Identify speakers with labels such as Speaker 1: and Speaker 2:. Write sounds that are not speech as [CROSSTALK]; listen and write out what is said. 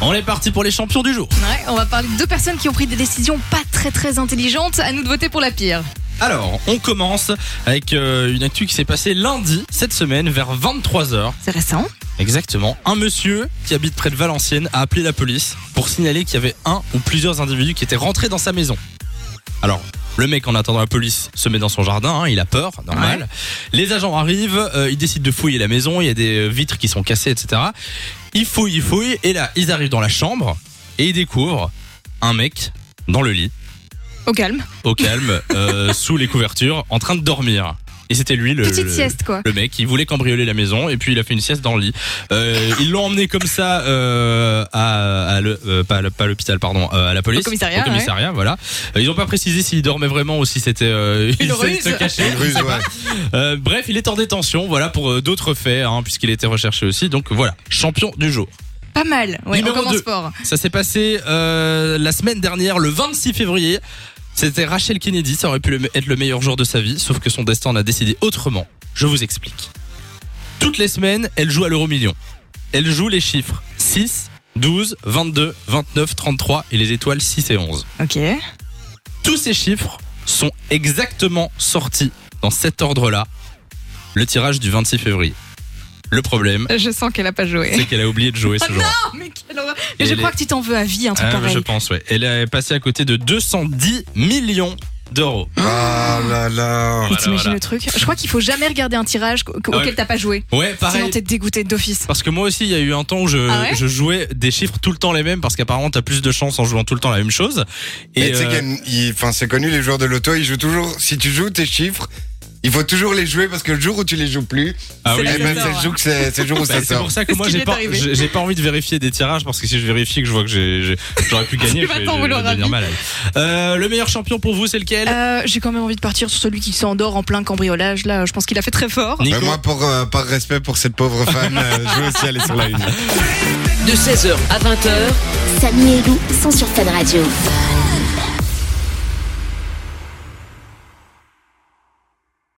Speaker 1: On est parti pour les champions du jour.
Speaker 2: Ouais, on va parler de deux personnes qui ont pris des décisions pas très très intelligentes. À nous de voter pour la pire.
Speaker 1: Alors, on commence avec euh, une actu qui s'est passée lundi cette semaine vers 23h.
Speaker 2: C'est récent.
Speaker 1: Exactement. Un monsieur qui habite près de Valenciennes a appelé la police pour signaler qu'il y avait un ou plusieurs individus qui étaient rentrés dans sa maison. Alors, le mec, en attendant la police, se met dans son jardin, hein, il a peur, normal. Les agents arrivent, euh, ils décident de fouiller la maison, il y a des euh, vitres qui sont cassées, etc. Ils fouillent, ils fouillent, et là, ils arrivent dans la chambre et ils découvrent un mec dans le lit,
Speaker 2: Au calme.
Speaker 1: au calme,
Speaker 3: [LAUGHS]
Speaker 1: euh, sous les couvertures, en train de dormir. Et c'était lui le,
Speaker 2: Petite
Speaker 1: le-
Speaker 2: sieste quoi.
Speaker 1: le mec, il voulait cambrioler la maison et puis il a fait une sieste dans le lit. Euh, ils l'ont emmené comme ça euh, à, à le, euh, pas, à le- pas à l'hôpital, pardon, euh, à la police.
Speaker 2: Au commissariat, ouais.
Speaker 1: voilà. Euh, ils n'ont pas précisé s'il dormait vraiment ou si c'était euh, il essayait de se
Speaker 2: ruse.
Speaker 1: cacher.
Speaker 3: Une ruse, ouais.
Speaker 1: [LAUGHS] Euh, bref, il est en détention, voilà pour euh, d'autres faits, hein, puisqu'il était recherché aussi. Donc voilà, champion du jour.
Speaker 2: Pas mal. Ouais, on
Speaker 1: Numéro
Speaker 2: commence
Speaker 1: deux.
Speaker 2: fort.
Speaker 1: Ça s'est passé euh, la semaine dernière, le 26 février. C'était Rachel Kennedy, ça aurait pu le- être le meilleur jour de sa vie, sauf que son destin en a décidé autrement. Je vous explique. Toutes les semaines, elle joue à l'euro million. Elle joue les chiffres 6, 12, 22, 29, 33 et les étoiles 6 et 11.
Speaker 2: Ok.
Speaker 1: Tous ces chiffres sont exactement sortis dans cet ordre-là, le tirage du 26 février. Le problème,
Speaker 2: Je sens qu'elle a pas joué.
Speaker 1: c'est qu'elle a oublié de jouer ce
Speaker 2: [LAUGHS] Oh
Speaker 1: jour.
Speaker 2: Ah, mais quelle horreur. Mais
Speaker 1: Et
Speaker 2: je
Speaker 1: les-
Speaker 2: crois que tu t'en veux à vie un truc
Speaker 1: Ah,
Speaker 2: pareil.
Speaker 1: Je pense, ouais. Elle est passée à côté de 210 millions d'euros.
Speaker 3: Ah là là.
Speaker 2: Mais t'imagines
Speaker 1: voilà.
Speaker 2: le truc Je crois qu'il faut jamais regarder un tirage qu-
Speaker 1: Ouais.
Speaker 2: auquel t'as pas joué.
Speaker 1: Ouais, pareil.
Speaker 2: Sinon t'es dégoûté d'office.
Speaker 1: Parce que moi aussi, il y a eu un temps où je,
Speaker 2: Ah ouais
Speaker 1: je jouais des chiffres tout le temps les mêmes, parce qu'apparemment, t'as plus de chance en jouant tout le temps la même chose.
Speaker 3: Et tu sais
Speaker 1: euh,
Speaker 3: qu'il- il- enfin, c'est connu, les joueurs de loto, ils jouent toujours. Si tu joues tes chiffres, il faut toujours les jouer parce que le jour où tu les joues plus,
Speaker 1: ah oui.
Speaker 2: la
Speaker 3: eh ben,
Speaker 2: sort,
Speaker 3: c'est le jour que c'est c'est le [LAUGHS] jour où
Speaker 1: Bah,
Speaker 3: ça
Speaker 1: c'est
Speaker 3: sort.
Speaker 1: pour ça que
Speaker 2: C'est ce
Speaker 1: moi
Speaker 2: qui
Speaker 1: j'ai
Speaker 2: m'est
Speaker 1: pas,
Speaker 2: arrivé.
Speaker 1: j'ai j'ai pas envie de vérifier des tirages parce que si je vérifie que je vois que j'ai- j'ai- j'aurais pu gagner,
Speaker 2: [LAUGHS] Tu
Speaker 1: je
Speaker 2: vas
Speaker 1: vais,
Speaker 2: t'en
Speaker 1: je vais
Speaker 2: vouloir,
Speaker 1: devenir
Speaker 2: Ami.
Speaker 1: malade. Euh, le meilleur champion pour vous, c'est lequel
Speaker 2: Euh, J'ai quand même envie de partir sur celui qui s'endort en plein cambriolage. Là, je pense qu'il a fait très fort.
Speaker 3: Bah,
Speaker 1: Nico
Speaker 3: moi, pour, euh, par respect pour cette [LAUGHS] pauvre femme, euh, je veux aussi aller sur la ligne.
Speaker 4: De 16h à 20h,
Speaker 5: Samy et Lou sont sur Fan Radio.